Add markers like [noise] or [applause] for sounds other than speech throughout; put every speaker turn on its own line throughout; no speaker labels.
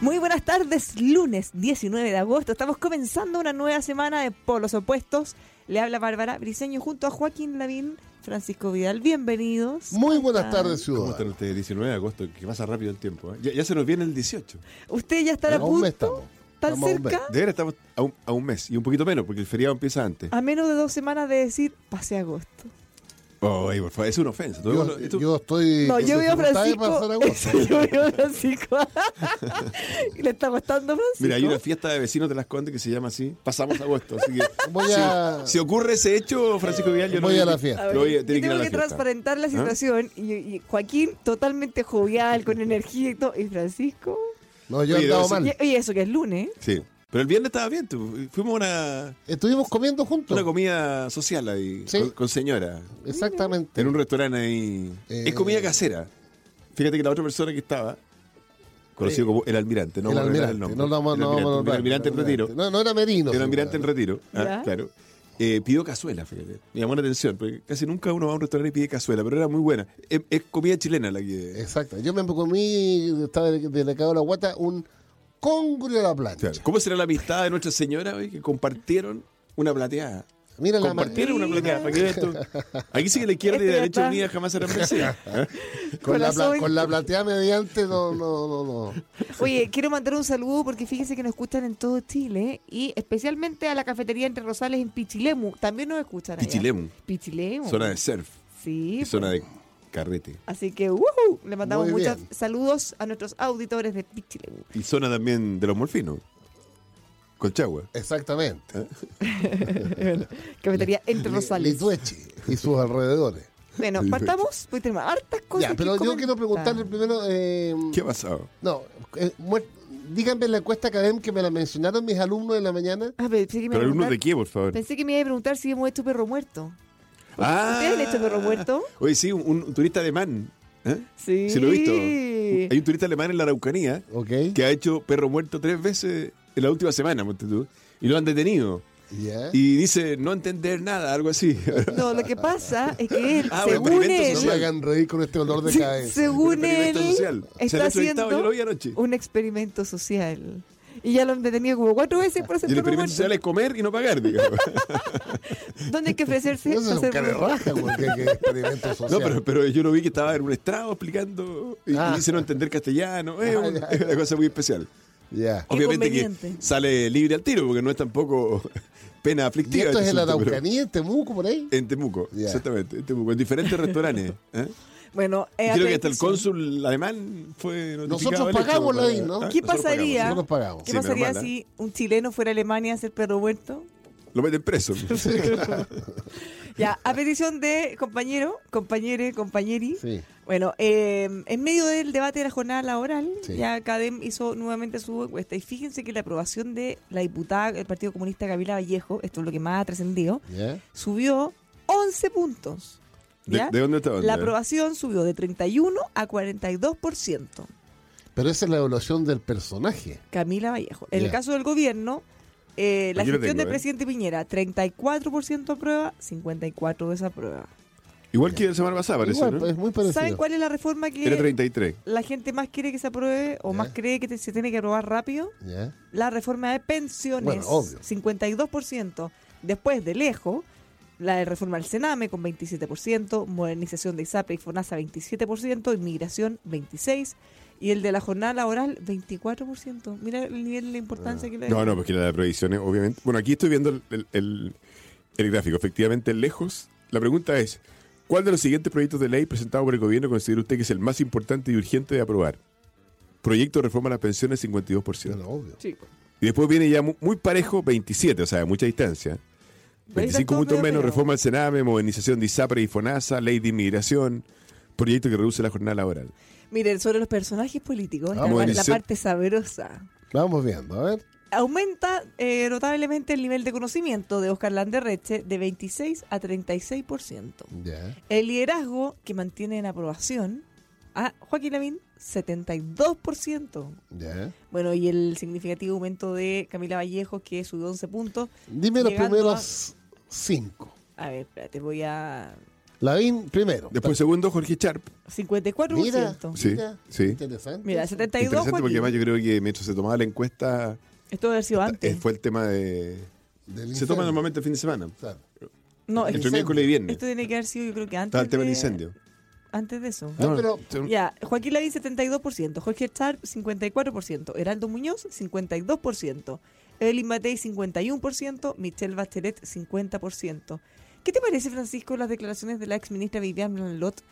Muy buenas tardes, lunes 19 de agosto. Estamos comenzando una nueva semana de Polos Opuestos. Le habla Bárbara Briseño junto a Joaquín Lavín, Francisco Vidal. Bienvenidos.
Muy buenas tardes,
¿Cómo
ciudad.
están ustedes? 19 de agosto, que pasa rápido el tiempo. ¿eh? Ya, ya se nos viene el 18.
Usted ya está a
A un mes
punto,
estamos.
tan
Estamos a un mes.
cerca,
De verdad estamos a un, a un mes y un poquito menos, porque el feriado empieza antes.
a menos de dos semanas de decir pase agosto.
Ay, Oh, por favor, es una ofensa. Todo
Yo,
uno- esto-
yo estoy.
No,
con
yo veo a
dificultades para
Francisco. [laughs]
hacer agosto.
Yo veo a
[laughs]
Francisco. y le está costando a Francisco.
mira, hay una fiesta de vecinos de Las Condes que se llama así. Pasamos agosto, así que.
[laughs] Voy a-
Si, si ocurre ese hecho, Francisco Vidal, yo no
Voy a
voy-
la fiesta.
A ver,
yo voy a-
yo
tiene que ir a
tengo
la
que
fiesta.
transparentar la
¿Ah?
situación y, y Joaquín totalmente jovial,
[laughs]
con energía y todo. Y Francisco.
No, yo he
Oye,
andado
eso-
mal.
Y, y eso que es lunes. ¿eh?
Sí. Pero el viernes estaba bien. tú. Fuimos a una,
Estuvimos comiendo juntos.
una comida social ahí,
Sí.
con, con señora,
Exactamente.
en un restaurante ahí.
Eh,
es comida casera. Fíjate que la otra persona que estaba, conocido como el almirante, no
el
vamos a revelar
almirante. No, lo vamos-
el
no vamos a
almirante,
nombrar.
el almirante en retiro.
No, no era Merino.
el almirante en
señora.
retiro, ah,
Ya.
claro. Eh, pidió cazuela, fíjate. Me llamó la atención, porque casi nunca uno va a un restaurante y pide cazuela, pero era muy buena. Es, es comida chilena la que.
Exacto. Yo me comí, estaba de- delegado la guata, un congrio a la plancha.
Claro. ¿Cómo será la amistad de Nuestra Señora hoy que compartieron una plateada?
Mira la
Compartieron una plateada, para que veas tú. Aquí sí que la izquierda y la
Este
derecha
está-
unida
[laughs]
jamás serán vencidas.
Con la,
Corazón.
pla- con la plateada mediante, no, no,
[laughs]
no. no.
Oye, quiero mandar un saludo porque fíjense que nos escuchan en todo Chile y especialmente a la cafetería Entre Rosales en Pichilemu. También nos escuchan. allá.
Pichilemu.
Pichilemu.
Zona de surf
Sí.
y
pues.
zona de carrete.
Así que, ¡wujú! Le mandamos
Muy
muchos
bien.
saludos a nuestros auditores de Pichilemu.
Y zona también de los morfinos. Colchagua.
Exactamente.
Cafetería Entre Rosales.
Litueche y sus alrededores.
Bueno, partamos, pues tenemos hartas cosas.
Ya, pero
que
yo quiero
comentar.
preguntarle primero. eh,
¿Qué ha pasado?
No, eh, muer- díganme la encuesta académica que me la mencionaron mis alumnos en la mañana.
Ah, pensé que me iba a
¿Pero algunos
preguntar-
de qué, por favor?
Pensé que me iba a preguntar si hemos hecho perro muerto.
Ah.
¿Ustedes han hecho perro muerto?
Oye, sí, un, un turista alemán. ¿eh?
Sí.
Sí, lo he visto. Hay un turista alemán en la Araucanía
¿Ok?
que ha hecho perro muerto tres veces en la última semana, ponte tú, y lo han detenido.
Ya.
Y dice no entender nada, algo
[laughs]
así.
No, lo que pasa es
[laughs]
que él,
Ah, un
según
experimento
él,
No me hagan reír con este olor de
se-
cabeza.
según
Un experimento
él,
social. Se
está
han entrevistado,
haciendo
yo lo vi anoche.
un experimento social. Y ya lo han detenido como cuatro veces por hacer
Y el
perro
experimento
muerto.
social es comer y no
[laughs]
pagar, digamos.
¿Dónde hay que
[laughs]
ofrecerse?
Eso es
para
un
hacer perro muerto?
carerraja, güey, que, que experimento
No,
social.
pero, pero yo lo vi que estaba en un estrado explicando y, y
Ah.
dice no entender castellano. Es,
Ah,
un-
ya.
es una cosa muy especial.
Ya.
Qué
Obviamente que
conveniente.
sale libre al tiro, porque no es tampoco [laughs] pena
Y
aflictiva.
esto es
este
en la
asunto, pero-
Araucanía, en Temuco, por ahí.
En Temuco,
Ya.
exactamente, en Temuco, en
[laughs]
diferentes restaurantes. ¿eh?
Bueno,
Y
es
Creo que hasta el
atención.
cónsul alemán fue notificado.
Nosotros
del hecho,
pagamos la
para-
ley, ¿no?
¿Ah?
¿Qué
Nosotros
pasaría?
Nosotros pagamos.
¿Qué
Sí, menos
pasaría
mal, ¿eh?
si un chileno fuera a Alemania a hacer perro muerto?
pagamos. Lo
[laughs]
meten preso.
Ya,
[laughs]
a petición de compañero, compañere, compañeri.
Sí.
Bueno, eh, en medio del debate de la jornada laboral,
Sí.
ya CADEM hizo nuevamente su encuesta. Y fíjense que la aprobación de la diputada del Partido Comunista Gabriela Vallejo, esto es lo que más ha trascendido,
Ya.
subió 11 puntos.
¿De,
¿ya?
de dónde está dónde?
la aprobación subió de 31 a 42%.
Pero esa es la evaluación del personaje.
Camila Vallejo. En el
Ya.
caso del gobierno, eh, la
Aquí lo
gestión
tengo,
del
¿eh?
presidente Piñera, 34% aprueba, 54% desaprueba.
Igual que la semana pasada, parece,
Igual,
¿no?
pues, es muy
¿Saben
parecido.
cuál es la reforma que
Era 33.
la gente más quiere que se apruebe o
Ya.
más cree que te- se tiene que aprobar rápido?
Ya.
la reforma de pensiones,
Bueno, obvio.
52%. Después, de lejos, la de reforma al Sename con 27%, modernización de ISAPRE y FONASA 27%, inmigración 26%, y el de la jornada laboral 24%. Mira el nivel de la
Ah.
importancia que le
No, no, porque la de previsiones, obviamente. Bueno, aquí estoy viendo el, el- el- el gráfico. Efectivamente, lejos. La pregunta es: ¿cuál de los siguientes proyectos de ley presentados por el gobierno considera usted que es el más importante y urgente de aprobar? Proyecto de reforma a las pensiones, 52%.
Bueno, obvio.
Sí.
Y después viene ya mu- muy parejo, 27, o sea, mucha distancia.
Ahí están
25
todos
puntos
medio
menos,
pegados.
reforma al Sename, modernización de ISAPRE y FONASA, ley de inmigración, proyecto que reduce la jornada laboral.
Miren, sobre los personajes políticos,
Ah,
la- la,
modernización.
parte sabrosa.
Vamos viendo, a ver.
Aumenta eh, notablemente el nivel de conocimiento de Oscar Landerreche de 26 a 36%.
Ya.
El liderazgo que mantiene en aprobación a Joaquín Lavín, 72%.
Ya.
Bueno, y el significativo aumento de Camila Vallejo, que subió 11 puntos.
Dime los
Llegando
primeros cinco.
A ver, espérate, voy a
Lavín primero.
Después, segundo, Jorge Sharp.
54%.
Mira,
Mira,
Sí,
mira,
sí.
Interesante.
Mira
eso.
72%.
Interesante porque además
Joaquín.
yo creo que mientras se tomaba la encuesta,
Esto debe haber sido
eh,
antes.
fue el tema de.
Del
Se toma
incendio.
normalmente el fin de semana.
Claro.
No,
el
esto,
Entre
incendio.
miércoles y viernes.
esto tiene que haber sido, yo creo que antes.
Estaba el tema del
de-
incendio.
Antes de eso.
Ah, pero-
son-
Ya, Joaquín Lavín 72%, Jorge Sharp 54%, Heraldo Muñoz 52%, Evelyn Matei 51%, Michelle Bachelet 50%. ¿Qué te parece, Francisco, las declaraciones de la exministra Vivian Blanlot,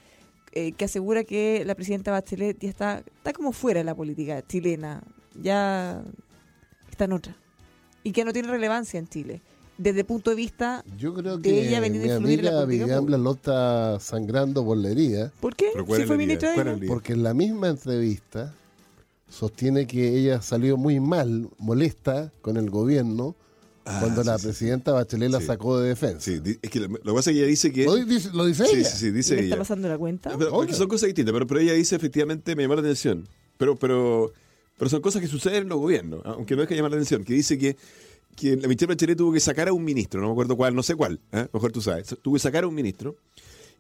eh, que asegura que la presidenta Bachelet ya está, está como fuera de la política chilena, ya está en otra, y que no tiene relevancia en Chile, desde el punto de vista...
Yo creo
de
que
ella venir a
mi
influir en la
amiga
política
Vivian
pública.
Blanot está sangrando por la herida,
¿Por qué?
Pero ¿cuál
Si
es
fue
la herida?
ministra de
¿Cuál es
Ina.
la
porque en la misma entrevista sostiene que ella salió muy mal, molesta con el gobierno,
Ah,
cuando
sí,
la
sí.
presidenta Bachelet la
Sí.
sacó de defensa.
Sí, di- es que lo, lo que pasa es que ella dice que.
Lo di- dice, lo dice
sí, sí,
ella.
sí,
¿Le
dice
está
ella.
pasando la cuenta?
Pero- porque son cosas distintas, pero, pero ella dice efectivamente me llamó la atención. Pero, pero, pero son cosas que suceden en los gobiernos, ¿ah? aunque no es que llamar la atención, que dice que, que la Michelle Bachelet tuvo que sacar a un ministro, no me acuerdo cuál, no sé cuál, ¿ah? mejor tú sabes, tuvo que sacar a un ministro.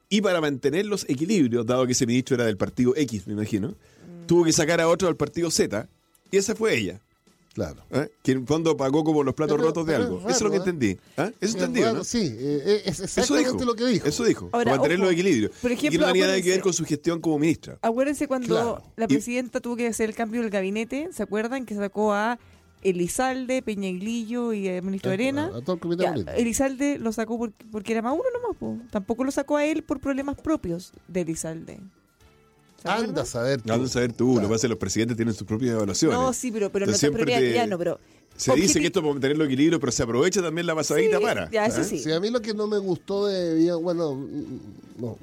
Y para mantener los equilibrios, dado que ese ministro era del partido X, me imagino,
Mm.
tuvo que sacar a otro del partido Z, y esa fue ella,
Claro.
¿ah? que en fondo pagó como los platos
Pero-
rotos de
pero
algo.
es
Eso es lo que
raro, ¿ah?
entendí. ¿ah?
Bien,
Eso entendí,
bueno,
¿no?
Sí, eh, eh, es
Eso
exactamente
dijo.
lo que dijo.
Eso dijo.
Ahora,
para mantener
ojo,
los equilibrios.
por
Y que
ejemplo,
no tenía nada que ver
acuérdense- Ah,
con su gestión como ministra.
Acuérdense cuando
Claro.
la
Y-
presidenta tuvo que hacer el cambio del gabinete, ¿se acuerdan? Que sacó a Elizalde, Peñaglillo y el ministro
A-
Arena.
a- a Ah, todo el comité
Ya, eh,
político.
Elizalde lo sacó por- porque, era más uno nomás, po. tampoco lo sacó a él por problemas propios de Elizalde. ¿Se acuerdan?
Anda a saber tú.
No, no saber tú, lo
Claro.
que pasa es que los presidentes tienen sus propias evaluaciones.
No, sí, pero, pero no
Entonces
tan
siempre
propiedad,
te-
ya no, pero.
se dice que esto es para mantener los equilibrios, pero se aprovecha también la pasadita
Sí,
para.
ya, eso
¿Ah?
sí.
¿Eh? Sí, a mí lo que no me gustó de Villa- bueno, mm, no.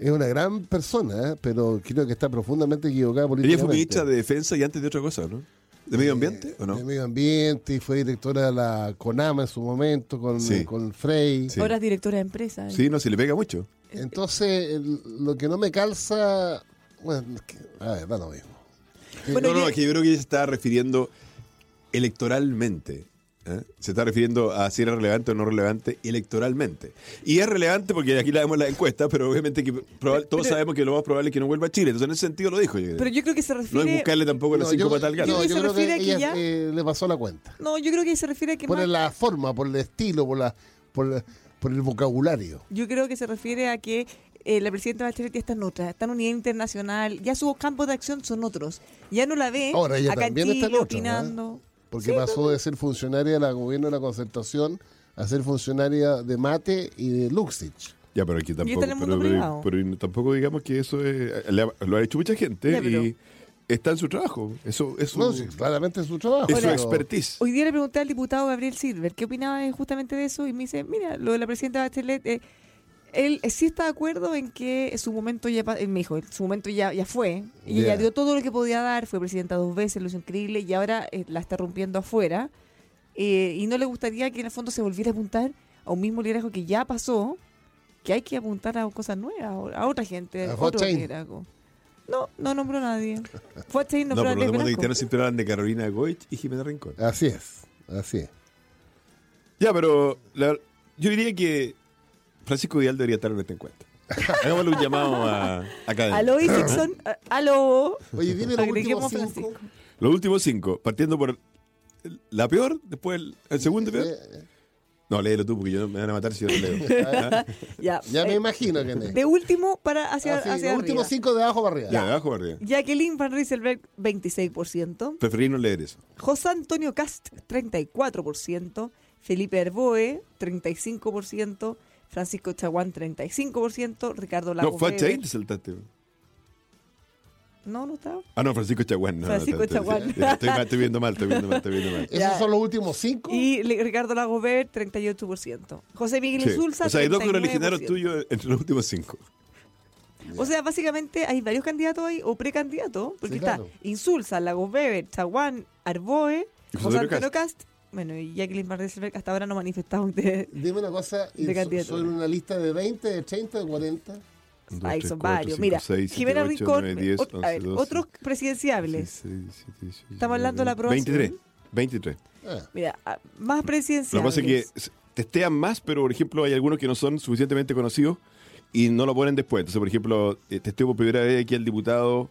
Es una gran persona, ¿eh? pero creo que está profundamente equivocada
Ella
políticamente.
fue ministra de Defensa y antes de otra cosa, ¿no? ¿De Medio Ambiente o
Eh, De
no?
medio ambiente y fue directora de la CONAMA en su momento con,
Sí.
con Frey.
Sí.
Ahora es directora de empresa.
Sí, no, si le pega mucho.
Entonces, el- lo que no me calza. Bueno, es que- a ver, da lo mismo.
Bueno,
no, no,
yo-
es que yo creo que ella se está refiriendo electoralmente. ¿eh? Se está refiriendo a si era relevante o no relevante electoralmente. Y es relevante porque aquí la vemos en la encuesta, pero obviamente que proba- todos
pero-
sabemos que lo más probable es que no vuelva a Chile. Entonces, en ese sentido lo dijo. yo creo.
Pero yo creo que se
no
refiere.
es buscarle tampoco los
No,
cinco
yo-
patas al gato.
no,
Yo creo que
yo
se
creo que
refiere a que
ella
ya-
eh, le pasó la cuenta.
No, yo creo que se refiere a que
Por
más-
la forma, por el estilo, por la, por, la- por el vocabulario.
Yo creo que se refiere a que eh, la presidenta Bachelet ya está en otra, está en unidad internacional, ya sus campos de acción son otros. Ya no la ve
Ahora, ella
acá en
también
Chile
está en otro,
opinando.
Porque pasó de ser funcionaria de la gobierno de la concertación a ser funcionaria de Mate y de Luxich.
Ya, pero aquí tampoco.
está en el mundo
pero, pero-
privado.
pero tampoco digamos que eso es- le ha- lo ha hecho mucha gente
Ya, pero-
y está en su trabajo. Eso, eso
No, sí, claramente es su trabajo.
es su
pero-
expertise.
Hoy día le pregunté al diputado Gabriel Silver qué opinaba de- justamente de eso y me dice, mira, lo de la presidenta Bachelet, eh, él eh, sí está de acuerdo en que su momento ya, pa- él me dijo, su momento ya, ya fue, y
Ya.
ella dio todo lo que podía dar, fue presidenta dos veces, lo hizo increíble y ahora eh, la está rompiendo afuera. Eh, y no le gustaría que en el fondo se volviera a apuntar a un mismo liderazgo que ya pasó, que hay que apuntar a cosas nuevas, a otra gente,
A
a
Hot
otro
Chain.
liderazgo. No, no nombró a
[laughs]
nadie. Fue a Chain,
No,
nombró
pero
a
los
Andrés
demás de
Velasco.
interno siempre hablan de Carolina Goich y Jimena Rincón.
Así es, así es.
Ya, pero la- yo diría que Francisco Vidal debería estar en este encuentro. Hagámosle un llamado a, a Cadena.
Aló,
[laughs]
Isaacson. a- Aló. [laughs]
Oye, dime los últimos
Agreguemos a
cinco.
Francisco.
Los últimos cinco, partiendo por el- la peor, después el, el segundo peor.
Eh,
No, léelo tú, porque yo no- me van a matar si yo lo leo. Ah,
a ver,
[laughs] Ya.
ya me
eh,
imagino que me.
de último para hacia,
Así,
hacia
los
arriba.
últimos cinco de abajo para arriba.
Ya, de abajo para arriba.
Jacqueline Van Rieselberg, 26%.
Preferí no leer eso.
José Antonio Cast, 34%. Felipe Herboe, 35%. Francisco Chaguán, 35%. Ricardo Lago.
no, fue a
Weber-
Chain, te saltaste.
No, no estaba.
Ah, no, Francisco Chaguán. No, no,
Francisco
está- está-
Chaguán.
está- Estoy, mal, estoy viendo mal, estoy viendo mal, estoy viendo
[laughs]
mal.
¿Esos
Ya.
son los últimos cinco?
Y Le- Ricardo Lagover, 38%. José Miguel
Sí.
Insulza,
O sea, hay dos que
39%.
originaron tuyo entre los últimos cinco.
O sea, básicamente hay varios candidatos ahí, o precandidatos, porque
Sí,
está
claro.
Insulza, Lagos Weber, Chaguán, Arboe,
Y José
José
Antonio
Antonio Cast. Bueno, y Jacqueline Van Rieselberg hasta ahora no ha manifestado interés.
Dime una cosa, y
De
so-
candidatos.
sobre una lista de 20, de 30, de 40.
Un, dos,
Ahí
tres,
son
cuatro,
varios.
cinco,
Mira,
seis, siete,
Jimena
ocho,
Rincón,
nueve, diez,
ot- a
once,
ver,
doce,
otros presidenciables.
seis, siete, siete, dieciocho,
Estamos hablando de la aprobación.
23, 23.
Ah,
Mira, a- más
Lo que
presidenciables.
pasa es que s- testean más, pero por ejemplo hay algunos que no son suficientemente conocidos y no lo ponen después. Entonces, por ejemplo, eh, testeo por primera vez aquí al diputado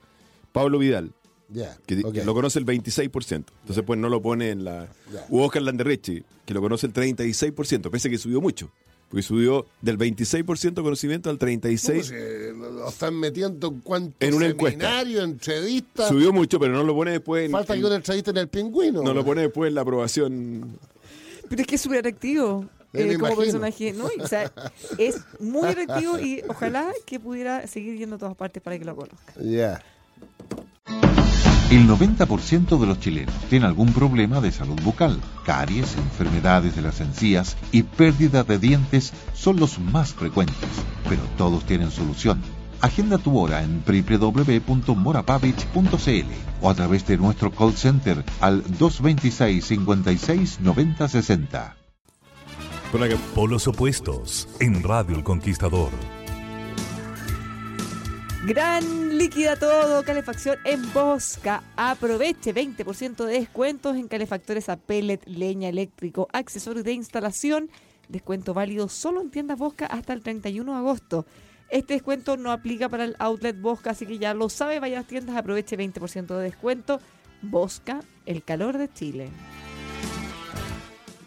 Pablo Vidal,
ya.
que,
ok.
que lo conoce el 26%. Entonces, pues no lo pone en la...
Ya.
U Oscar Landerreche, que lo conoce el 36%, pese a que subió mucho. Porque subió del 26% conocimiento al
No, pues,
36%.
eh, lo, lo están metiendo en cuanto
En una encuesta.
seminario, entrevista.
Subió mucho, pero no lo pone después en,
Falta
en-
que una entrevista en el pingüino.
no lo pone después en la aprobación.
Pero es que es súper atractivo
Eh,
eh,
me
como
imagino.
personaje. ¿no? O sea, es muy atractivo
[laughs]
y ojalá que pudiera seguir yendo a todas partes para que lo conozcan.
Ya.
El 90% de los chilenos tiene algún problema de salud bucal. Caries, enfermedades de las encías y pérdida de dientes son los más frecuentes, pero todos tienen solución. Agenda tu hora en www.morapavich.cl o a través de nuestro call center al 226 56 90 60.
Por la que-
Polos opuestos en Radio El Conquistador.
Gran líquida todo, calefacción en Bosca. Aproveche 20% de descuentos en calefactores a pellet, leña, eléctrico, accesorios de instalación. Descuento válido solo en tiendas Bosca hasta el 31 de agosto. Este descuento no aplica para el outlet Bosca, así que ya lo sabe, vaya a las tiendas, aproveche 20% de descuento. Bosca, el calor de Chile.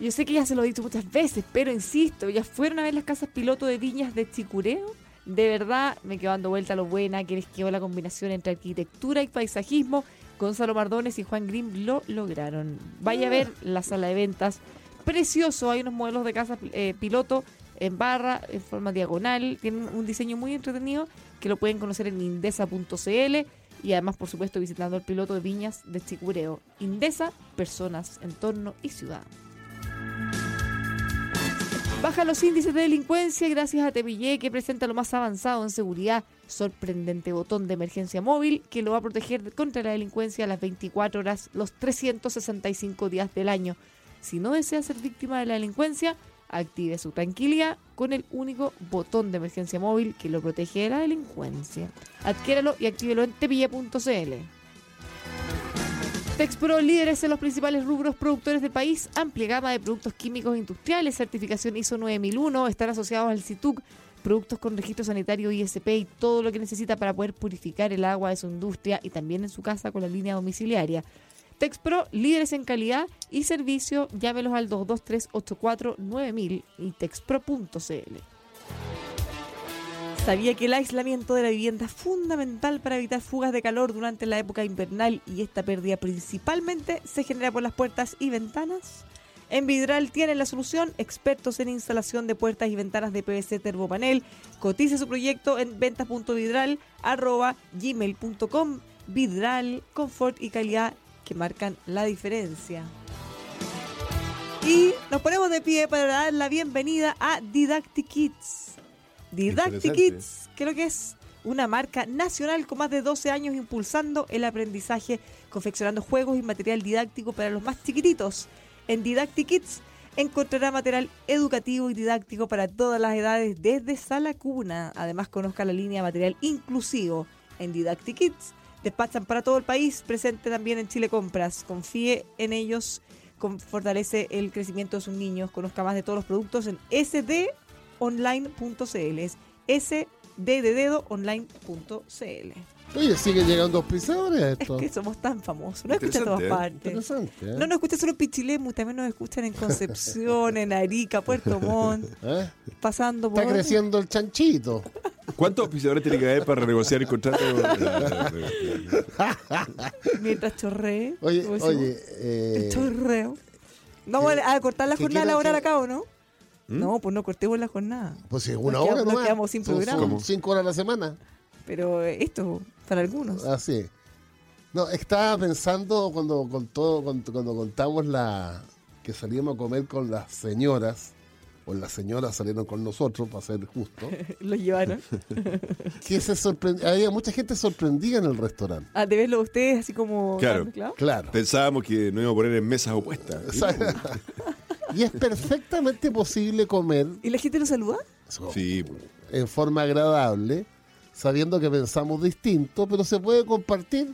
Yo sé que ya se lo he dicho muchas veces, pero insisto, ya fueron a ver las casas piloto de viñas de Chicureo. De verdad, me quedo dando vuelta lo buena que les quedó la combinación entre arquitectura y paisajismo. Gonzalo Mardones y Juan Grimm lo lograron. Vaya a ver la sala de ventas. Precioso, hay unos modelos de casas eh, piloto en barra, en forma diagonal. Tienen un diseño muy entretenido que lo pueden conocer en indesa.cl y además, por supuesto, visitando el piloto de viñas de Chicureo. Indesa, personas, entorno y ciudad. Bajan los índices de delincuencia gracias a Tepillé, que presenta lo más avanzado en seguridad. Sorprendente botón de emergencia móvil que lo va a proteger contra la delincuencia las 24 horas, los 365 días del año. Si no desea ser víctima de la delincuencia, active su tranquilidad con el único botón de emergencia móvil que lo protege de la delincuencia. Adquiéralo y actívelo en tepille.cl. Texpro, líderes en los principales rubros productores del país, amplia gama de productos químicos industriales, certificación ISO 9001, están asociados al CITUC, productos con registro sanitario ISP y todo lo que necesita para poder purificar el agua de su industria y también en su casa con la línea domiciliaria. Texpro, líderes en calidad y servicio, llámelos al 223-849000 y texpro.cl. Sabía que el aislamiento de la vivienda es fundamental para evitar fugas de calor durante la época invernal y esta pérdida principalmente se genera por las puertas y ventanas. En Vidral tienen la solución, expertos en instalación de puertas y ventanas de PVC termopanel. Cotice su proyecto en ventas.vidral@gmail.com. Vidral, confort y calidad que marcan la diferencia. Y nos ponemos de pie para dar la bienvenida a Didactic Kids. Didactic
Interesante.
Kids, creo que es una marca nacional con más de 12 años impulsando el aprendizaje, confeccionando juegos y material didáctico para los más chiquititos. En Didactic Kids encontrará material educativo y didáctico para todas las edades desde sala cuna. Además, conozca la línea de material inclusivo en Didactic Kids. Despachan para todo el país, presente también en Chile Compras. Confíe en ellos, con- fortalece el crecimiento de sus niños. Conozca más de todos los productos en sd sddedoonline.cl. Es sddedoonline.cl.
Oye, siguen llegando auspiciadores a
Es
esto.
que somos tan famosos. No escuchan todas
Interesante,
partes.
Interesante, ¿eh?
No nos escuchan solo en Pichilemu, también nos escuchan en Concepción, en Arica, Puerto
[laughs]
Montt,
¿Eh?
pasando por.
Está creciendo el chanchito.
¿Cuántos auspiciadores tiene que haber para renegociar el contrato?
Mientras chorree.
Oye,
como decimos,
oye, eh,
El chorreo. No, vamos a cortar la
que
jornada
quiero
laboral
que-
acá, ¿o no? No, pues no cortemos la jornada.
pues si es una
nos quedamos-
hora
nos
nomás.
quedamos sin
Son- son
programa. ¿Cómo?
cinco horas a la semana.
Pero eh, esto, para algunos. [laughs]
Así. No, estaba pensando cuando contó, cuando, cuando contamos la que salimos a comer con las señoras, o las señoras salieron con nosotros, para ser justo,
[laughs] Los llevaron.
que se sorprendió, había mucha gente sorprendida en el restaurante.
A Ah, de verlo a ustedes así como.
Claro.
mezclado.
Claro.
Pensábamos que no íbamos a poner en mesas opuestas.
[laughs] O sea, y es perfectamente posible comer
¿Y la gente lo saluda?
Sí,
en forma agradable, sabiendo que pensamos distinto, pero se puede compartir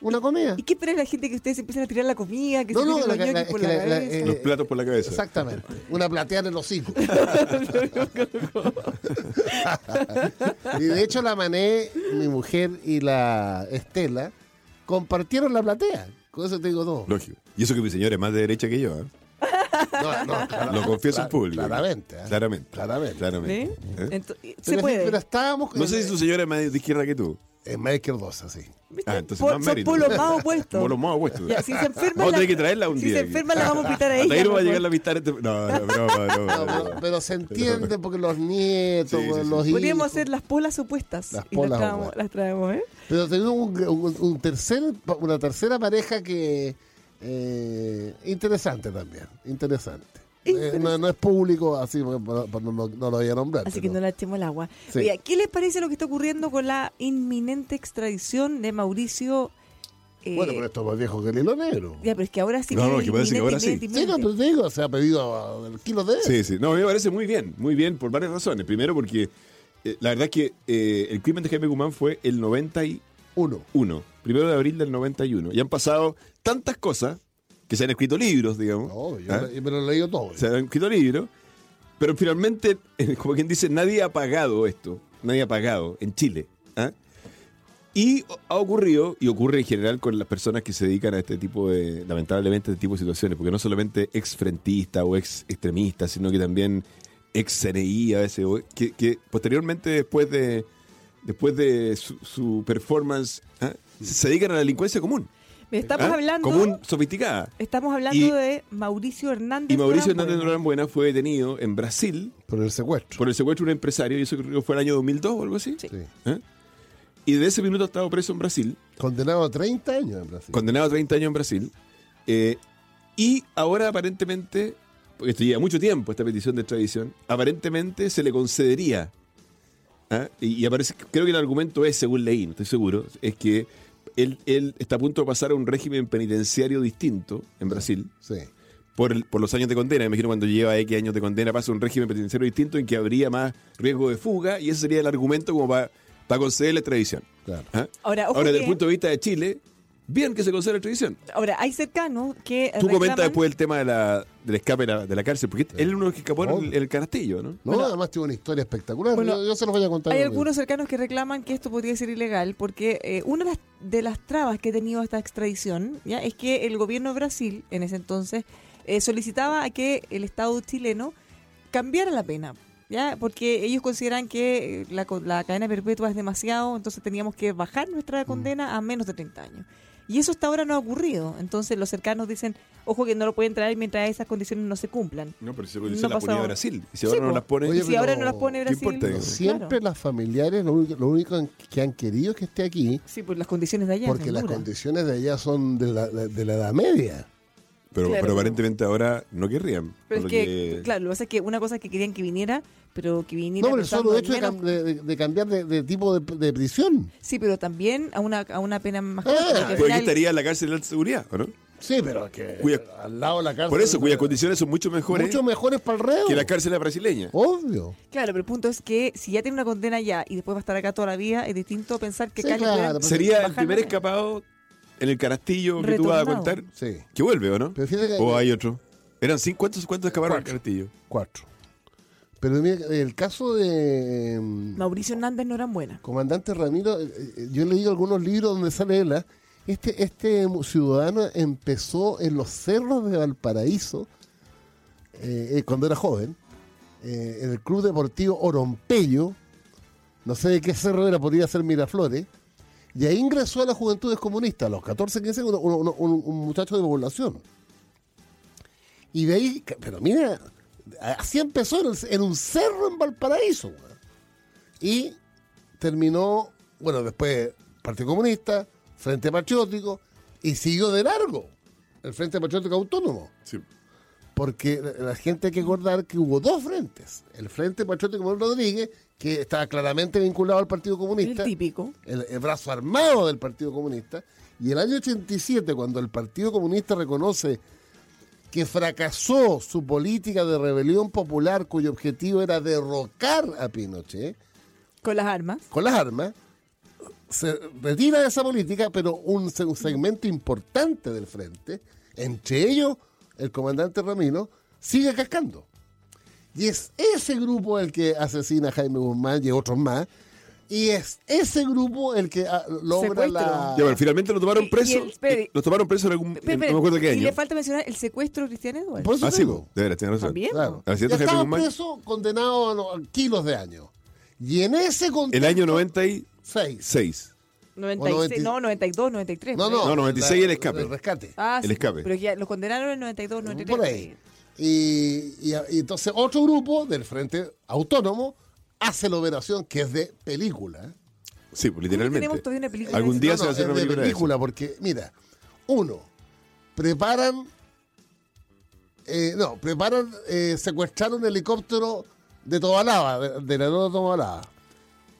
una comida.
¿Y qué espera la gente que ustedes empiezan a tirar la comida? Que
No,
se
no,
tiren
la-
los
la-
ñoquis por
es
la,
que la- la-
cabeza?
eh,
los platos por la cabeza.
Exactamente. Una platea en el
[laughs]
hocico. y de hecho la Mané, mi mujer y la Estela compartieron la platea. Con eso te digo todo.
Lógico. Y eso que mi señora es más de derecha que yo. ¿eh?
No, no, clara-
Lo confieso en
cla-
público.
Claramente. ¿eh?
Claramente.
Claramente.
Claramente.
¿Eh?
¿Eh?
Ento- y-
Pero
se
es-
puede.
Pero estábamos eh,
No sé si tu señora es más de izquierda que tú.
en más izquierdosa, sí.
¿Viste?
Ah, entonces
Por-
más
son
mérito.
polos más opuestos.
Polos más opuestos.
Ya, si se enferma.
Vamos a
la-
tener que traerla un
si
día.
se enferma, la vamos a invitar a
Hasta
ella.
ahí no va a
pues.
llegar la amistad. Este... No, no, broma,
No, pero,
broma, broma.
pero se entiende porque los nietos,
Ah. Sí, sí, sí.
los hijos.
Podríamos hacer las polas opuestas.
Las
y
polas
las, traemos,
opuestas.
las traemos, ¿eh?
Pero tenemos un, un- un tercer, una tercera pareja que eh, interesante también, interesante. Eh,
Interesante.
no, no es público, así porque no, no- no- no lo voy a nombrar.
Así que
pero-
no la echemos al agua.
Sí.
Oiga, ¿qué les parece lo que está ocurriendo con la inminente extradición de Mauricio? eh,
Bueno, pero esto es más viejo que el hilo negro.
Ya, pero es que ahora sí.
No,
que
no, que parece que ahora sí.
Sí, no, pero te digo, se ha pedido el kilo de...
Sí, sí. No, a mí me parece muy bien, muy bien, por varias razones. Primero, porque eh, la verdad es que eh, el crimen de Jaime Guzmán fue el 91,
Uno.
primero de abril del 91. Y han pasado tantas cosas que se han escrito libros, digamos.
No, yo
¿Ah?
me- yo me lo he leído todo.
Se han escrito libros, pero finalmente, [laughs] como quien dice, nadie ha pagado esto. Nadie ha pagado en Chile. ¿ah? Y ha ocurrido, y ocurre en general con las personas que se dedican a este tipo de, lamentablemente, este tipo de situaciones, porque no solamente ex frentistas o ex extremistas, sino que también ex CNI a veces, o que, que posteriormente después de después de su, su performance, ¿ah? se dedican a la delincuencia común.
Estamos
¿ah?
hablando.
Común, sofisticada.
Estamos hablando
Y-
de Mauricio Hernández.
Y Mauricio
Durán,
Hernández
bueno.
Durán Buena fue detenido en Brasil
Por el secuestro.
por el secuestro de un empresario, y eso creo que fue el año 2002 o algo así.
Sí.
¿Eh? Y desde ese minuto ha estado preso en Brasil,
Condenado a 30 años en Brasil.
condenado a 30 años en Brasil. eh, y ahora aparentemente, porque esto lleva mucho tiempo, esta petición de extradición, aparentemente se le concedería. ¿ah? Y, y aparece, creo que el argumento es, según leí, no estoy seguro, es que él, él está a punto de pasar a un régimen penitenciario distinto en Brasil
Sí.
por, el- por los años de condena. Me imagino cuando lleva X años de condena pasa a un régimen penitenciario distinto en que habría más riesgo de fuga y ese sería el argumento como para, para conceder la extradición.
Claro.
¿Ah?
Ahora, ojo
Ahora, desde
que-
el punto de vista de Chile, bien que se conceda la extradición.
Ahora, hay cercanos que.
Tú
reclaman-
comentas después el tema de la, del escape de la, de la cárcel, porque él es uno de los que escapó en
Obvio.
el, en el castillo, ¿no?
No, además tiene una historia espectacular.
Bueno,
yo, yo se los voy a contar.
Hay
luego.
algunos cercanos que reclaman que esto podría ser ilegal porque eh, una de las, de las trabas que ha tenido esta extradición ya es que el gobierno de Brasil en ese entonces eh, solicitaba a que el Estado chileno cambiara la pena, ya porque ellos consideran que eh, la, co- la cadena perpetua es demasiado, entonces teníamos que bajar nuestra
Mm.
condena a menos de 30 años. Y eso hasta ahora no ha ocurrido. Entonces los cercanos dicen, ojo que no lo pueden traer mientras esas condiciones no se cumplan.
No, pero se
condición No la
la
ponía
ponía
pasaba.
Brasil. Y si
Sí,
ahora no
po.
las pone.
Oye,
y si
pero
ahora no las pone
¿qué
Brasil...
importa eso?
Pero
Sí,
Siempre
claro.
las familiares lo único, lo único en- que han querido es que esté aquí,
Sí, por las condiciones de allá.
porque
son
las
duras.
condiciones de allá son de la, de la Edad Media.
pero,
Claro.
pero aparentemente ahora no querrían.
Pero es
porque-
que, claro, lo que pasa es que una cosa es que querían que viniera, pero que viniera.
No, pero el
pensando
solo
en
hecho de,
menos-
cam- de- de- de cambiar de, de tipo de, de prisión.
Sí, pero también a una, a una pena más
Ah,
corta. porque al
Pero aquí
final-
estaría la cárcel de alta seguridad, ¿o ¿no?
Sí, pero que
Cuya-
al lado de la cárcel.
Por eso, cuyas condiciones son mucho mejores
Mucho mejores para el reo.
que la cárcel brasileña.
Obvio.
Claro, pero el punto es que si ya tiene una condena ya y después va a estar acá toda la vida, es distinto pensar que
Sí,
acá le puedan
claro, pues, pero-
Sería el
bajar
primer
la pena.
escapado en el carastillo que tú vas a
Retornado.
contar.
Sí,
Que vuelve, ¿o no?
Pero fíjate que-
o hay otro. ¿Eran cinco? ¿Cuántos, cuántos escaparon del carastillo?
cuatro. Pero mira, el caso de mm,
Mauricio Hernández no eran buenas.
comandante Ramiro, eh, eh, yo he leído algunos libros donde sale él. ¿ah? Este, este mu- ciudadano empezó en los cerros de Valparaíso eh, eh, cuando era joven, eh, en el Club Deportivo Orompello, no sé de qué cerro era, podría ser Miraflores, y ahí ingresó a las Juventudes Comunistas, a los 14, 15, uno- uno- uno- un, un muchacho de población. Y de ahí, ca- pero mira, así empezó en, el- en un cerro en Valparaíso. weón. Y terminó, bueno, después Partido Comunista, Frente Patriótico, y siguió de largo el Frente Patriótico Autónomo.
Sí.
Porque la- la gente hay que acordar que hubo dos frentes. El Frente Patriótico Manuel Rodríguez, que estaba claramente vinculado al Partido
El
Comunista,
típico.
el, el brazo armado del Partido Comunista. Y el año 87, cuando el Partido Comunista reconoce que fracasó su política de rebelión popular, cuyo objetivo era derrocar a Pinochet,
Con las armas.
con las armas, se retira de esa política, pero un, se- un segmento importante del frente, entre ellos el comandante Ramiro, sigue cascando. Y es ese grupo el que asesina a Jaime Guzmán y otros más. Y es ese grupo el que ah, logra
Secuestro.
la...
Ya, bueno, finalmente lo tomaron
Y-
preso.
y el- espere.
lo tomaron preso en algún.
Pero,
en-
pero,
no me acuerdo qué
Y
año.
le falta mencionar el secuestro de Cristian Edwards.
Por eso
Ah,
te
sí,
digo.
po, de veras, tienes razón.
También.
Claro.
Así es,
Ya
Jaime
estaba
Guzmán.
preso, condenado a no- a kilos de años. Y en ese
El
contexto...
año 96.
6. O
96,
90.
no, 92, 93.
No,
por ahí.
no,
No, 96 el
la-
escape.
El rescate.
Ah,
El
sí,
escape.
Pero que ya los condenaron en 92, 93.
Mm, por ahí. Y, y- y entonces otro grupo del Frente Autónomo hace la operación que es de película. ¿eh?
Sí, pues, literalmente.
tenemos todavía una película
Algún
de
día
No,
se va a hacer
no,
una
es de
película. de eso.
película porque, mira, uno, preparan, eh, no, preparan, eh, secuestrar un helicóptero de Tobalaba, de, de la aeródromo Tobalaba.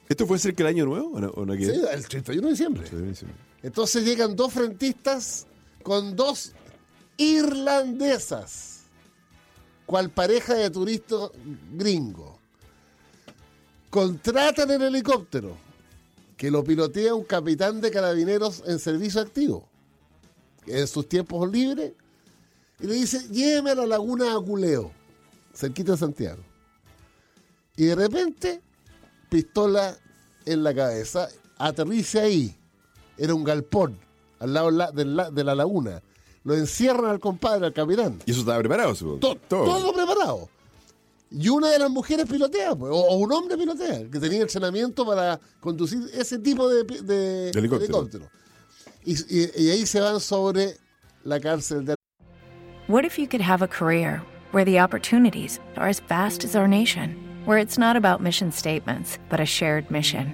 ¿Esto fue cerca del año nuevo o no, o no
Sí,
qué?
el 31 de diciembre.
Sí, sí.
Entonces llegan dos frentistas con dos irlandesas, cual pareja de turistas gringo. Contratan el helicóptero, que lo pilotea un capitán de carabineros en servicio activo, en sus tiempos libres, y le dice, lléveme a la laguna Aculeo, cerquita de Santiago. Y de repente, pistola en la cabeza, aterriza ahí era un galpón al lado la- del la- de la laguna. Lo encierran al compadre, al capitán.
Y eso estaba preparado, supongo.
To- Todo, preparado. Y una de las mujeres pilotea, pues, o, o un hombre pilotea, que tenía entrenamiento para conducir ese tipo de, pi- de-
De helicóptero.
helicóptero. Y, y- y ahí se van sobre la cárcel de
What if you could have a career where the opportunities are as vast as our nation, where it's not about mission statements, but a shared mission?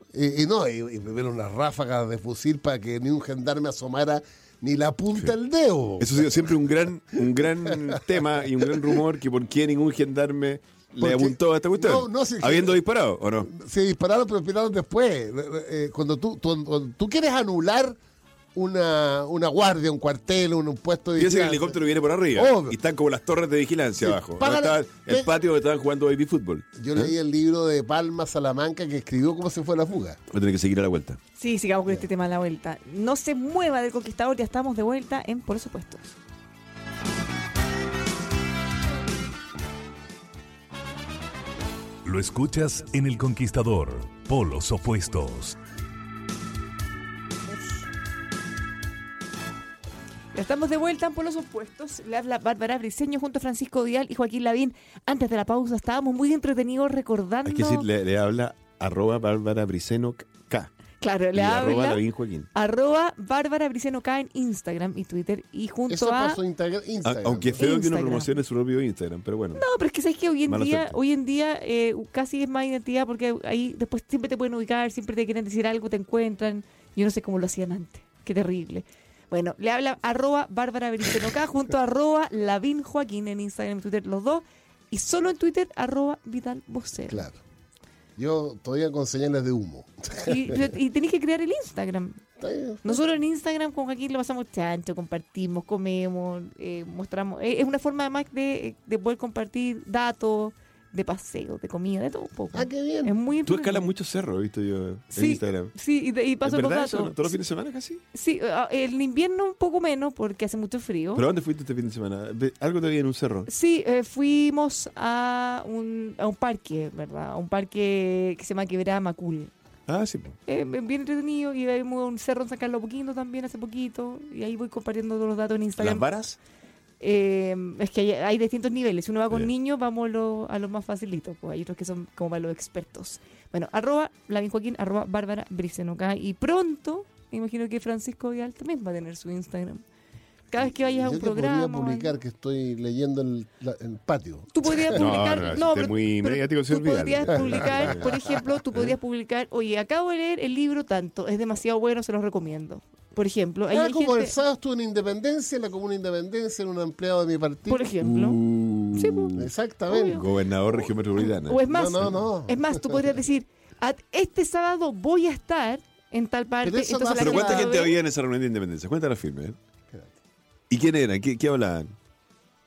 y, y no, y, y primero unas ráfagas de fusil para que ni un gendarme asomara ni la punta del dedo.
Eso ha sido siempre un gran, un gran tema y un gran rumor que por qué ningún gendarme le
Porque-
apuntó a esta cuestión.
No, no, sí,
Habiendo disparado, ¿o no?
se dispararon, pero dispararon después. Re- re- eh, cuando, tú, tú- cuando tú quieres anular una, una guardia, un cuartel, un, un puesto de.
Piensa que el
vigilancia,
helicóptero viene por arriba.
Obvio.
Y están como las torres de vigilancia
Sí,
abajo.
págala-
Donde estaba
ve-
el patio donde estaban jugando baby fútbol.
Yo leí el libro de Palma Salamanca que escribió cómo se fue la fuga.
Voy a tener que seguir a la vuelta.
Sí, sigamos con este tema a la vuelta. No se mueva del conquistador, ya estamos de vuelta en Por supuesto.
Lo escuchas en El Conquistador, polos opuestos.
Ya estamos de vuelta en Polos Opuestos. Le habla Bárbara Briseño junto a Francisco Dial y Joaquín Lavín. Antes de la pausa estábamos muy entretenidos recordando.
Hay que decir, le, le habla arroba Bárbara Briceno K.
claro,
Y
le
arroba
habla.
Lavín Joaquín.
Arroba Bárbara Briseño acá en Instagram y Twitter y junto
Eso
a...
pasó en Instagra-
A-
Instagram.
aunque es feo que uno
Instagram.
promocione su propio Instagram, pero bueno.
No, pero es que sabes que hoy en
Mala
día,
suerte.
hoy en día eh, casi es más identidad porque ahí después siempre te pueden ubicar, siempre te quieren decir algo, te encuentran. Yo no sé cómo lo hacían antes. Qué terrible. Bueno, le habla arroba Bárbara Beriseno
[laughs]
acá junto a arroba Lavín Joaquín en Instagram y Twitter, los dos. Y solo en Twitter, arroba Vital Vocero.
Claro. Yo todavía con señales de humo. [laughs]
Y, pero- y tenés que crear el Instagram.
Está bien.
Nosotros en Instagram con Joaquín lo pasamos chancho, compartimos, comemos, eh, mostramos. Eh, Es una forma además de, de poder compartir datos, de paseo, de comida, de todo un poco.
Ah, qué bien.
Es muy
Tú escalas
entretenido.
muchos cerros, he visto yo en
Sí,
Instagram.
Sí, y, de- y paso
¿Es
los
verdad
datos.
eso? ¿Todos los fines de semana casi?
Sí, ah, en invierno un poco menos porque hace mucho frío.
¿Pero a dónde fuiste este fin de semana? Ve- Algo te vi en un cerro.
Sí, eh, fuimos a un, a un parque, ¿verdad? A un parque que se llama Quebrada Macul.
Ah, sí. po.
Eh, bien entretenido y vimos un cerro en San Carlos Poquito también hace poquito y ahí voy compartiendo todos los datos en
¿Las
Instagram.
varas?
Eh, es que hay, hay distintos niveles. Si uno va con
Ya.
niños, vamos lo- a los más facilitos. Pues hay otros que son como para los expertos. Bueno, arroba Lavín Joaquín, arroba Bárbara Briceño, ¿ok? Y pronto, me imagino que Francisco Vidal también va a tener su Instagram. Cada vez que vayas a
Yo
un
te podría
programa. o
publicar
algo-
que estoy leyendo el, la- el patio.
Tú
[laughs]
podrías
No,
publicar.
no,
No,
este es
pero-
muy
pero
mediático,
Tú
señor Vidal.
podrías
[laughs]
publicar, por ejemplo, tú podrías publicar, oye, acabo de leer el libro tanto, es demasiado bueno, se los recomiendo. Por ejemplo, ahí
Ah,
hay
como el
gente,
sábado estuve en Independencia, en la comuna Independencia, en un empleado de mi partido.
por ejemplo.
Uh.
Sí, pues.
Exactamente.
Uh, Gobernador región metropolitana.
O es más,
No, no, no.
es más, tú podrías decir, "A- este sábado voy a estar en tal parte.
Pero eso
entonces
no
la
hace
Pero ¿cuánta
lo
gente
ve.
había en esa reunión de independencia? Cuéntala firme. ¿eh?
Espérate.
¿Y quién eran? ¿Qué, qué hablaban?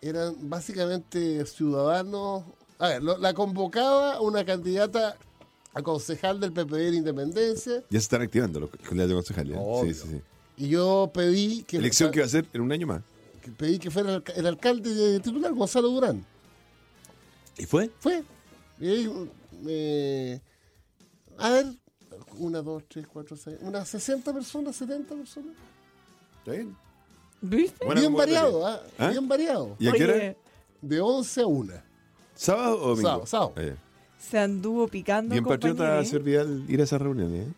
Eran básicamente ciudadanos. A ver, lo- la convocaba una candidata a concejal del PPD de Independencia
Ya se están activando los candidatos a concejales. ¿eh?
Obvio.
Sí, sí, sí.
y yo pedí que,
Elección que va a ser en un año más.
que pedí que fuera el, alca- el alcalde de titular, Gonzalo Durán.
¿Y fue?
Fue. Y ahí, eh, a ver, una, dos, tres, cuatro, seis, unas 60 personas, 70 personas.
¿Está bien?
¿Viste?
Buena
bien
convocatoria.
variado, ¿ah?
¿Ah?
Bien variado.
¿Y a qué
Oye,
hora?
De 11 a 1.
¿Sábado o domingo?
Sábado, sábado.
Eh,
Se anduvo picando
Bien
el compañero.
patriota,
¿eh?
señor Vidal, ir a esas reuniones. ¿eh?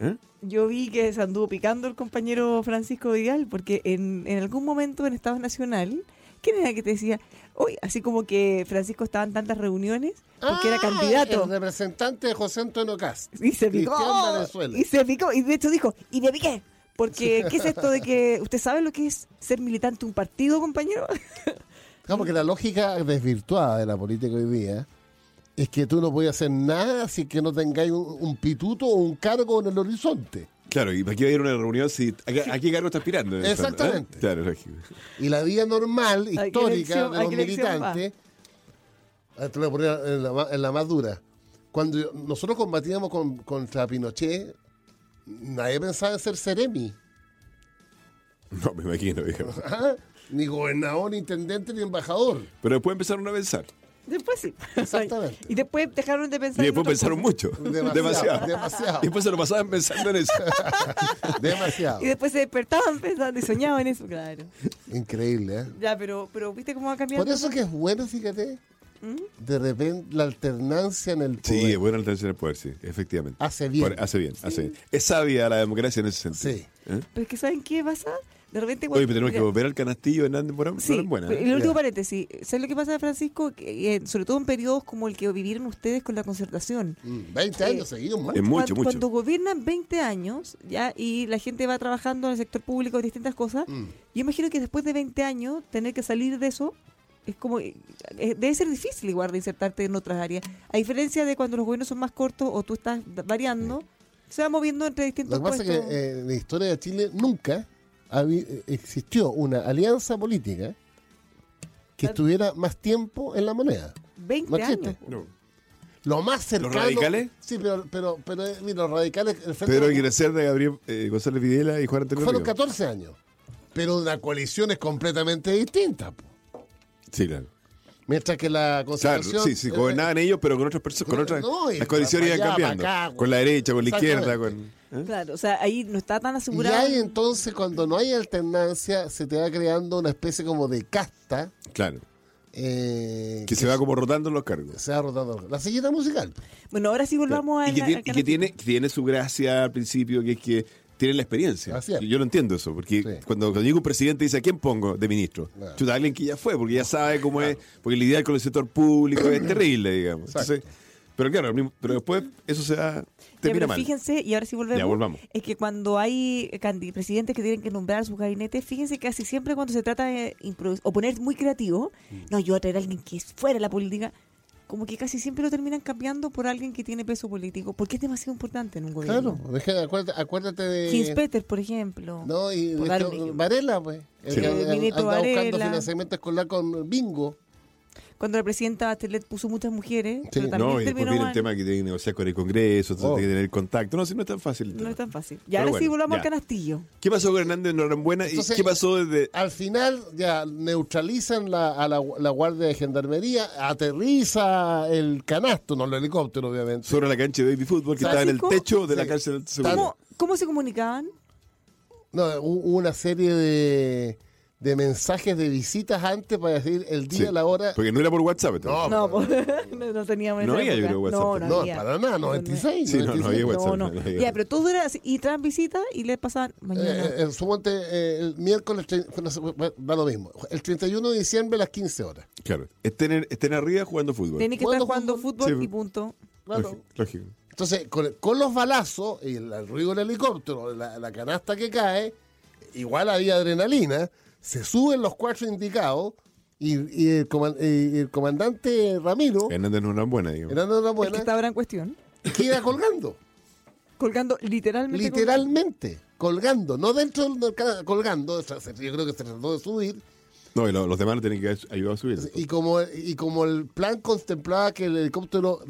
¿Eh?
Yo vi que se anduvo picando el compañero Francisco Vidal, porque en, en algún momento en Estado Nacional, ¿quién era que te decía? Hoy, así como que Francisco estaba en tantas reuniones, porque era
Ah,
candidato. "Oh",
El representante de José Antonio Cast.
Y se picó.
Cristian Valenzuela.
Y se picó. Y de hecho dijo, y me piqué. Porque, ¿qué es esto de que usted sabe lo que es ser militante de un partido, compañero?
Claro, porque la lógica desvirtuada de la política hoy día es que tú no puedes hacer nada si que no tengáis un, un pituto o un cargo en el horizonte.
Claro, ¿y para qué va a ir a una reunión si a, qué- a qué cargo está aspirando? en el fondo, ¿eh?
Exactamente.
Claro, lógico.
Y la vida normal,
¿A qué
histórica,
elección-
de
a
los
qué elección
militantes, Ah, te lo voy a poner en la, ma- en la más dura. Cuando yo- nosotros combatíamos con- contra Pinochet, nadie pensaba en ser Ceremi,
No, me imagino, viejo.
¿ah? ni gobernador, ni intendente, ni embajador.
Pero después empezaron a pensar.
Después sí.
Exactamente.
Y después dejaron de pensar.
Y
en
después
otra
pensaron
cosa.
mucho.
Demasiado,
[laughs] Demasiado.
demasiado.
[laughs] Y pues, después se lo pasaban
[laughs]
pensando en eso.
Demasiado.
Y después se despertaban pensando y soñaban eso, claro.
Increíble, ¿eh?
Ya, pero, pero ¿viste cómo va cambiando?
Por eso que es bueno, fíjate, de repente la alternancia en el poder.
Sí, es buena alternancia del poder, sí, efectivamente.
Hace bien.
Por- hace bien, hace bien. Es sabia la democracia en ese sentido.
Sí.
¿Eh?
Pero es que ¿saben qué pasa? De repente...
Oye, pero tenemos que
Mira,
volver al canastillo de Hernández Morán.
Sí,
no es buena.
pero
¿eh?
el último
Ya.
paréntesis. ¿Sabes lo que pasa, Francisco? Que, eh, sobre todo en periodos como el que vivieron ustedes con la concertación.
Mm, 20
Sí.
años seguidos, man.
Es mucho,
cuando,
mucho.
cuando gobiernan 20 años ya y la gente va trabajando en el sector público en distintas cosas,
Mm.
yo imagino que después de 20 años tener que salir de eso es como eh, eh, debe ser difícil igual reinsertarte en otras áreas. A diferencia de cuando los gobiernos son más cortos o tú estás d- variando, se va moviendo entre
Lo
distintos
que pasa es que
puestos.
eh, en la historia de Chile nunca habi- eh, existió una alianza política que estuviera más tiempo en la moneda.
20
no existe.
años.
No.
Lo más cercano...
radicales?
Sí, pero, pero, pero eh, mira, los radicales... El Frente
Pedro
Popular
Aguirecer de Gabriel eh, González Videla y Juan Antonio
fueron
Ríos.
14 años. Pero la coalición es completamente distinta. po.
Sí, claro.
Mientras que la
Claro,
constitución...
sí, sí, gobernaban ellos, pero con otras personas, con otras,
eh, No, y
las coaliciones
para allá,
iban cambiando,
para acá, güey.
con la derecha, con la izquierda, con...
Exactamente.
¿eh?
Claro, o sea, ahí no está tan
Y
asegurado.
ahí entonces, cuando no hay alternancia, se te va creando una especie como de casta
Claro,
eh,
que se va como rotando los cargos.
se va rotando. La silleta musical.
Bueno, ahora sí volvamos
Claro.
a
Y que, tiene, y que tiene, que tiene su gracia al principio, que es que tiene la experiencia.
Así es.
Yo, yo lo entiendo eso, porque
Sí.
cuando, cuando llega un presidente y dice, ¿a quién pongo de ministro?
Claro.
Chuta, alguien que ya fue, porque ya sabe cómo es, porque lidiar con el sector público
[coughs]
es terrible, digamos. Entonces, pero claro, al mismo- pero después eso se va,
Ya,
termina
pero
mal.
fíjense, y ahora sí volvemos,
Ya, volvamos.
es que cuando hay candi- presidentes que tienen que nombrar sus gabinetes, fíjense que casi siempre
Mm.
cuando se trata de improvis- o poner muy creativo, no, yo voy a traer a alguien que es fuera de la política, como que casi siempre lo terminan cambiando por alguien que tiene peso político, porque es demasiado importante en un gobierno.
Claro, Eh, deja- acuérdate, acuérdate de.
James Peter, por ejemplo.
Eh, No, y
por
de
dar
esto-
un ejemplo.
Varela, pues. El
Sí.
que
El
an-
ministro
anda buscando
Varela.
financiamiento escolar con bingo.
Cuando la presidenta Bachelet puso muchas mujeres,
Sí.
pero también
No, y después
terminó
viene
mal.
el tema que tiene que negociar con el Congreso, entonces
Oh.
tiene que tener contacto. No, si no es tan fácil. el
No
tema.
es tan fácil. Y
Pero
ahora sí
bueno,
volvamos al
ya.
canastillo.
¿Qué pasó con Hernández Norambuena y
Entonces-
qué pasó desde.?
Al final ya neutralizan la, a la, la Guardia de Gendarmería, aterriza el canasto, no el helicóptero, obviamente.
sobre la cancha de baby fútbol que
Básico.
estaba en el techo de la
Sí.
cárcel de
¿Cómo, cómo se comunicaban?
No, hu- hubo una serie de, de mensajes de visitas antes para decir el día, la hora.
Porque no era por WhatsApp. entonces.
No, po- [laughs] no, no teníamos
No
esa
había, yo
época.
creo, WhatsApp.
No, no
No,
había.
para nada, 96.
Sí, no, no había WhatsApp.
No, no.
no había.
Ya, pero todo era así. Y traen visitas y les pasaban mañana.
Eh, eh, suponte, eh, el miércoles, tre- no sé, bueno, da lo mismo. El 31 de diciembre a las 15 horas.
Claro. Estén, en- estén arriba jugando fútbol.
Tenés que estar
eh, ¿Cuándo
jugando
fútbol?
fútbol
Sí.
y punto.
Claro.
Lógico. lógico.
Entonces, con, con los balazos y el, el ruido del helicóptero, la, la canasta que cae, igual había adrenalina, se suben los cuatro indicados y, y el, coman- y el comandante Ramiro,
Hernández no era buena, digamos.
era una
El que
buena,
estaba ahora en cuestión.
queda colgando,
Colgando literalmente.
literalmente, colgando, no dentro del del cana- colgando, o sea, se- yo creo que se trató de subir,
No, y lo- los demás no tienen que haber ayudado a subir.
y como, y como el plan contemplaba que el helicóptero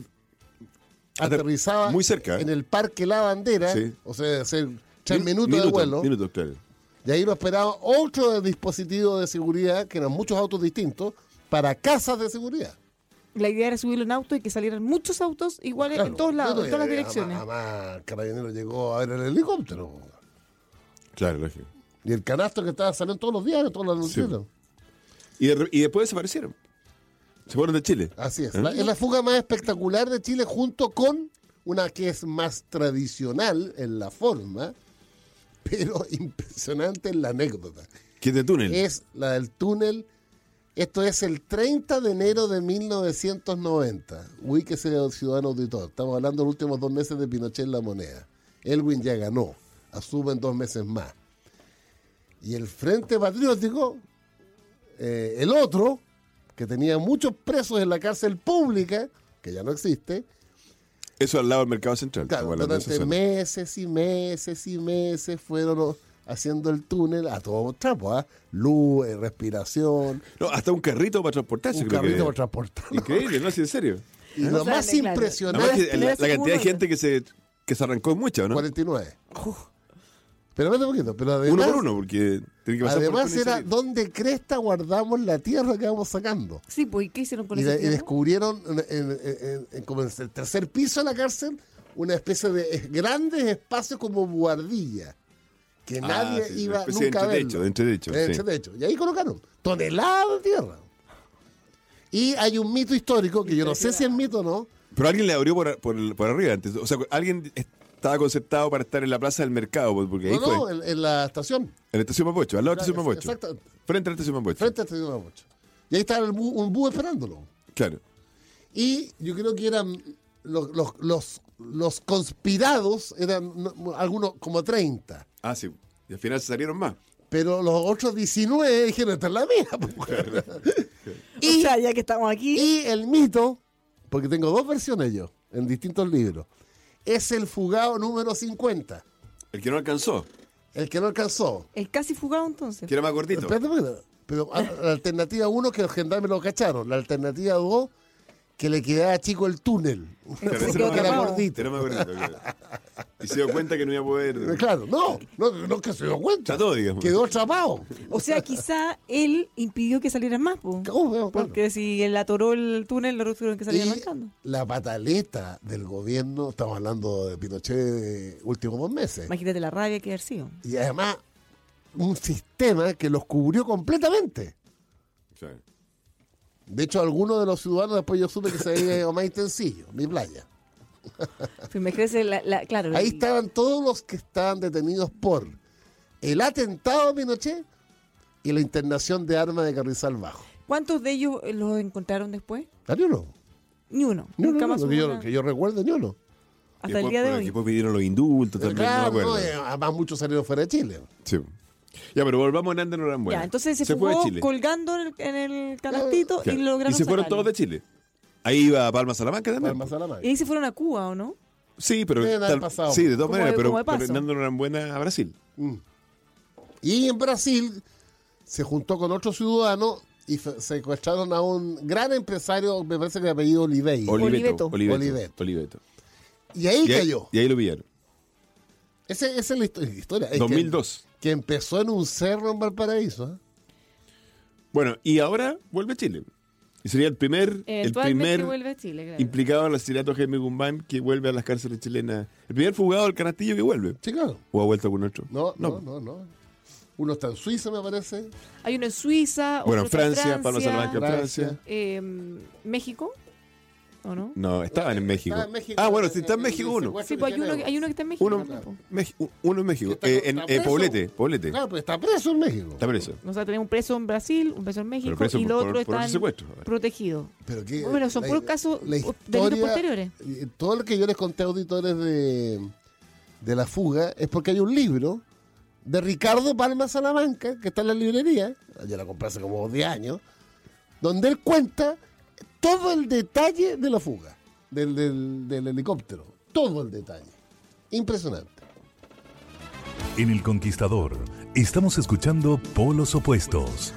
Ater-
aterrizaba
muy cerca, ¿eh?
en el Parque La Bandera,
Sí.
o sea, hacer tres
Min-
minutos de vuelo.
Minutos, claro.
Y ahí lo esperaba otro dispositivo de seguridad, que eran muchos autos distintos, para casas de seguridad.
La idea era subirlo en auto y que salieran muchos autos iguales
Claro,
en todos lados,
claro,
en todas las
y
direcciones.
Además, además, el carabinero llegó a ver el helicóptero.
Claro, lógico.
Y el canasto que estaba saliendo en todos los diarios, todos los noticieros.
Y, de re- y después desaparecieron. Se fueron de Chile.
Así es.
¿Eh?
La- es la fuga más espectacular de Chile junto con una que es más tradicional en la forma, pero impresionante en la anécdota.
Que es de túnel.
Es la del túnel. Esto es el 30 de enero de 1990. Ubíquese, ciudadano auditor. Estamos hablando de los últimos dos meses de Pinochet en la moneda. Elwin ya ganó. Asumen dos meses más. Y el Frente Patriótico, eh, el otro, que tenía muchos presos en la cárcel pública, que ya no existe,
Eso al lado del mercado central.
Claro,
igual, en esa
durante
zona.
meses y meses y meses fueron oh, haciendo el túnel a todo trapo, ¿ah? luz, eh, respiración,
No, hasta un carrito para transportarse.
un
creo que
carrito para
era.
transportar.
Increíble, ¿no? Sí, en serio.
[laughs] Y lo
O sea,
más
le- claro.
Nada más
impresionante,
que la, la
Así como
cantidad de
uno.
gente que se, que se arrancó es mucha, ¿no?
49. Pero espérate un poquito, pero además,
uno por uno, porque tiene que pasar por
además
el túnel y
era
salir.
donde cresta guardamos la tierra que vamos sacando.
Sí, pues, ¿y qué hicieron con
Y,
ese
de- y
tierra?
descubrieron en, en- en- en- como en el tercer piso de la cárcel una especie de es- grandes espacios como guardilla que
Ah,
nadie
sí,
iba
especie de
nunca a
entretecho,
verlo.
de entretecho,
De
sí.
entretecho. Y ahí colocaron toneladas de tierra. Y hay un mito histórico que yo no sé si es mito o no.
Pero alguien le abrió por, por, por arriba antes. O sea, alguien estaba concertado para estar en la plaza del mercado, pues, porque ahí
No, no,
fue.
en, en la estación.
En la estación Mapocho, al lado de la estación
Claro,
Mapocho.
exacto.
Frente a la estación Mapocho.
Frente a la estación de Mapocho. Y ahí estaba el bú- un búho esperándolo.
Claro.
Y yo creo que eran los, los, los, los conspirados, eran no, algunos como 30.
Ah, sí. Y al final se salieron más.
Pero los otros 19 dijeron, esta es la mía. [laughs] po".
o sea, ya que estamos aquí,
y el mito, porque tengo dos versiones yo, en distintos libros, es el fugado número 50,
El que no alcanzó,
el que no alcanzó.
el casi fugado entonces.
que era más gordito.
Espérate, espérate. pero a- la alternativa 1 que los gendarmes lo cacharon, la alternativa 2 que le quedaba chico el túnel. [laughs]
Claro,
Se
ese
quedó
era más
atrapado.
gordito. Era más gordito, claro. Y se dio cuenta que no iba a poder.
Eh, Claro, no, no, no que se dio cuenta.
Trató, digamos.
Quedó atrapado.
O sea, quizá él impidió que salieran más, po.
Oh, claro.
Porque si él atoró el túnel, los tuvieron que salir
Y
arrancando.
la pataleta del gobierno, estamos hablando de Pinochet de últimos dos meses.
Imagínate la rabia que haber sido.
Y además, un sistema que los cubrió completamente.
Claro.
De hecho, algunos de los ciudadanos después yo supe que se había
[coughs]
ido a Maitencillo, mi playa.
Pues imagínese la, la- claro.
Ahí
el-
estaban todos los que estaban detenidos por el atentado a Pinochet y la internación de armas de Carrizal Bajo. Ah,
¿Cuántos de ellos eh, los encontraron después?
¿A ni uno?
Ni uno.
Ni uno,
Nunca
ni
más
uno,
hubo
que, yo,
nada.
que yo recuerde, ni uno.
Y
Hasta el
después-
día de
porque
hoy.
Después pidieron los indultos también, no me
Claro,
acuerdo.
no, y además muchos salieron fuera de Chile.
Sí. Ya, pero volvamos a Hernández Norambuena.
ya, entonces se,
fue de
fugó
Chile. Ah,
colgando en el, en el canastito
Claro.
y lograron
se fueron
sacarlo.
todos de Chile. Ahí iba Palma Salamanca también.
Palma Salamanca.
Y ahí se fueron a Cuba, ¿o no?
Sí, pero.
Deben haber pasado. pues.
sí, de todas
Como
maneras,
de-
pero,
como de
pero
paso.
Hernando Norambuena a Brasil.
Mm. Y en Brasil se juntó con otro ciudadano y fe- secuestraron a un gran empresario, me parece que de apellido Oliveira.
Oliveto.
Oliveto. Oliveto.
Oliveto.
Oliveto.
y ahí
Y ahí,
cayó.
y ahí lo pillaron.
Ese- Esa es la histo- historia. Es que-
2002.
Que, empezó en un cerro en Valparaíso. ¿eh?
Bueno, y ahora vuelve a Chile. Y sería el primer, el
Eventualmente
primer
vuelve a Chile, claro.
implicado en el asesinato de Jaime Guzmán que vuelve a las cárceles chilenas. El primer fugado del canastillo que vuelve.
Sí, claro.
¿O ha vuelto algún otro?
No, no, no, no. Uno está en Suiza, me parece.
Hay uno en Suiza,
Bueno,
otro está en
Francia,
Francia,
Palma Salamanca, Francia.
Francia.
eh, México, ¿o no?
No, estaban en México.
Estaba en México.
Ah, bueno, sí, está en México
Y se
uno.
secuestra
Sí,
en
pues hay uno,
Geneva.
hay uno que está en México.
Uno,
¿no? po?
Meji- uno en México.
Está-
Eh,
está
en, eh,
preso.
Poblete, Poblete.
Claro, pero está preso en México.
Está preso.
O sea, tenemos un preso en Brasil, un preso en México
preso
y el
por-
otro
por- por
está
un secuestro.
protegido.
Pero, que,
Bueno, son puros casos,
la
delitos
historia-
posteriores.
eh, Todo lo que yo les conté a auditores de, de La Fuga es porque hay un libro de Ricardo Palma Salamanca que está en la librería, yo la compré hace como 10 años, donde él cuenta todo el detalle de la fuga, del, del- del helicóptero, todo el detalle. Impresionante.
En El Conquistador estamos escuchando Polos Opuestos.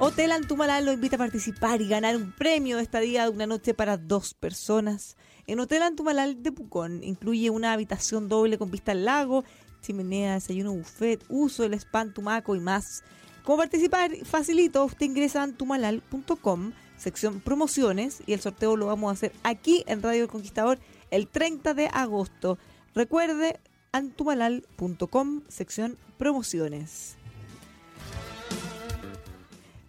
Hotel Antumalá lo invita a participar y ganar un premio de estadía de una noche para dos personas. En Hotel Antumalal de Pucón incluye una habitación doble con vista al lago, chimenea, desayuno buffet, uso del spa Antumaco y más. Como participar? Facilito, usted ingresa a antumalal.com, sección promociones y el sorteo lo vamos a hacer aquí en Radio El Conquistador el 30 de agosto. Recuerde antumalal.com, sección promociones.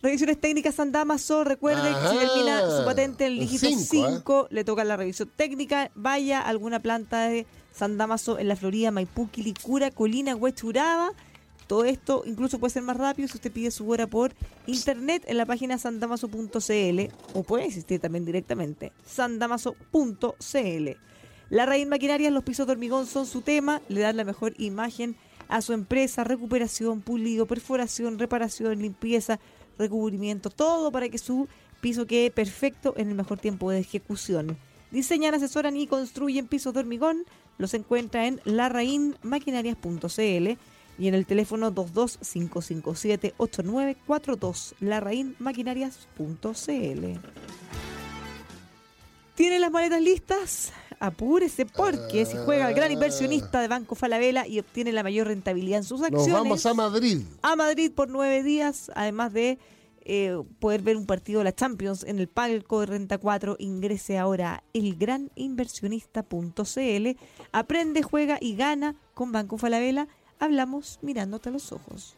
Revisiones técnicas Andamaso, recuerde que si
Ajá,
termina su patente en el
un
dígito
cinco, ¿eh?
5, le toca la revisión técnica, vaya a alguna planta de San Damaso en la Florida, Maipú, Quilicura, Colina, Huechuraba. Todo esto incluso puede ser más rápido si usted pide su hora por internet en la página sandamaso.cl o puede existir también directamente sandamaso.cl. La raíz maquinaria en los pisos de hormigón son su tema, le dan la mejor imagen a su empresa, recuperación, pulido, perforación, reparación, limpieza, recubrimiento, todo para que su piso quede perfecto en el mejor tiempo de ejecución. Diseñan, asesoran y construyen pisos de hormigón. Los encuentra en larrainmaquinarias.cl y en el teléfono 225578942 larrainmaquinarias.cl. ¿Tiene las maletas listas? Apúrese porque si juega al gran inversionista de Banco Falabella y obtiene la mayor rentabilidad en sus
Nos
acciones
vamos a Madrid.
a Madrid por nueve días, además de eh, poder ver un partido de la Champions en el palco de Renta 4. Ingrese ahora a elgraninversionista.cl. Aprende, juega y gana con Banco Falabella. Hablamos mirándote a los ojos.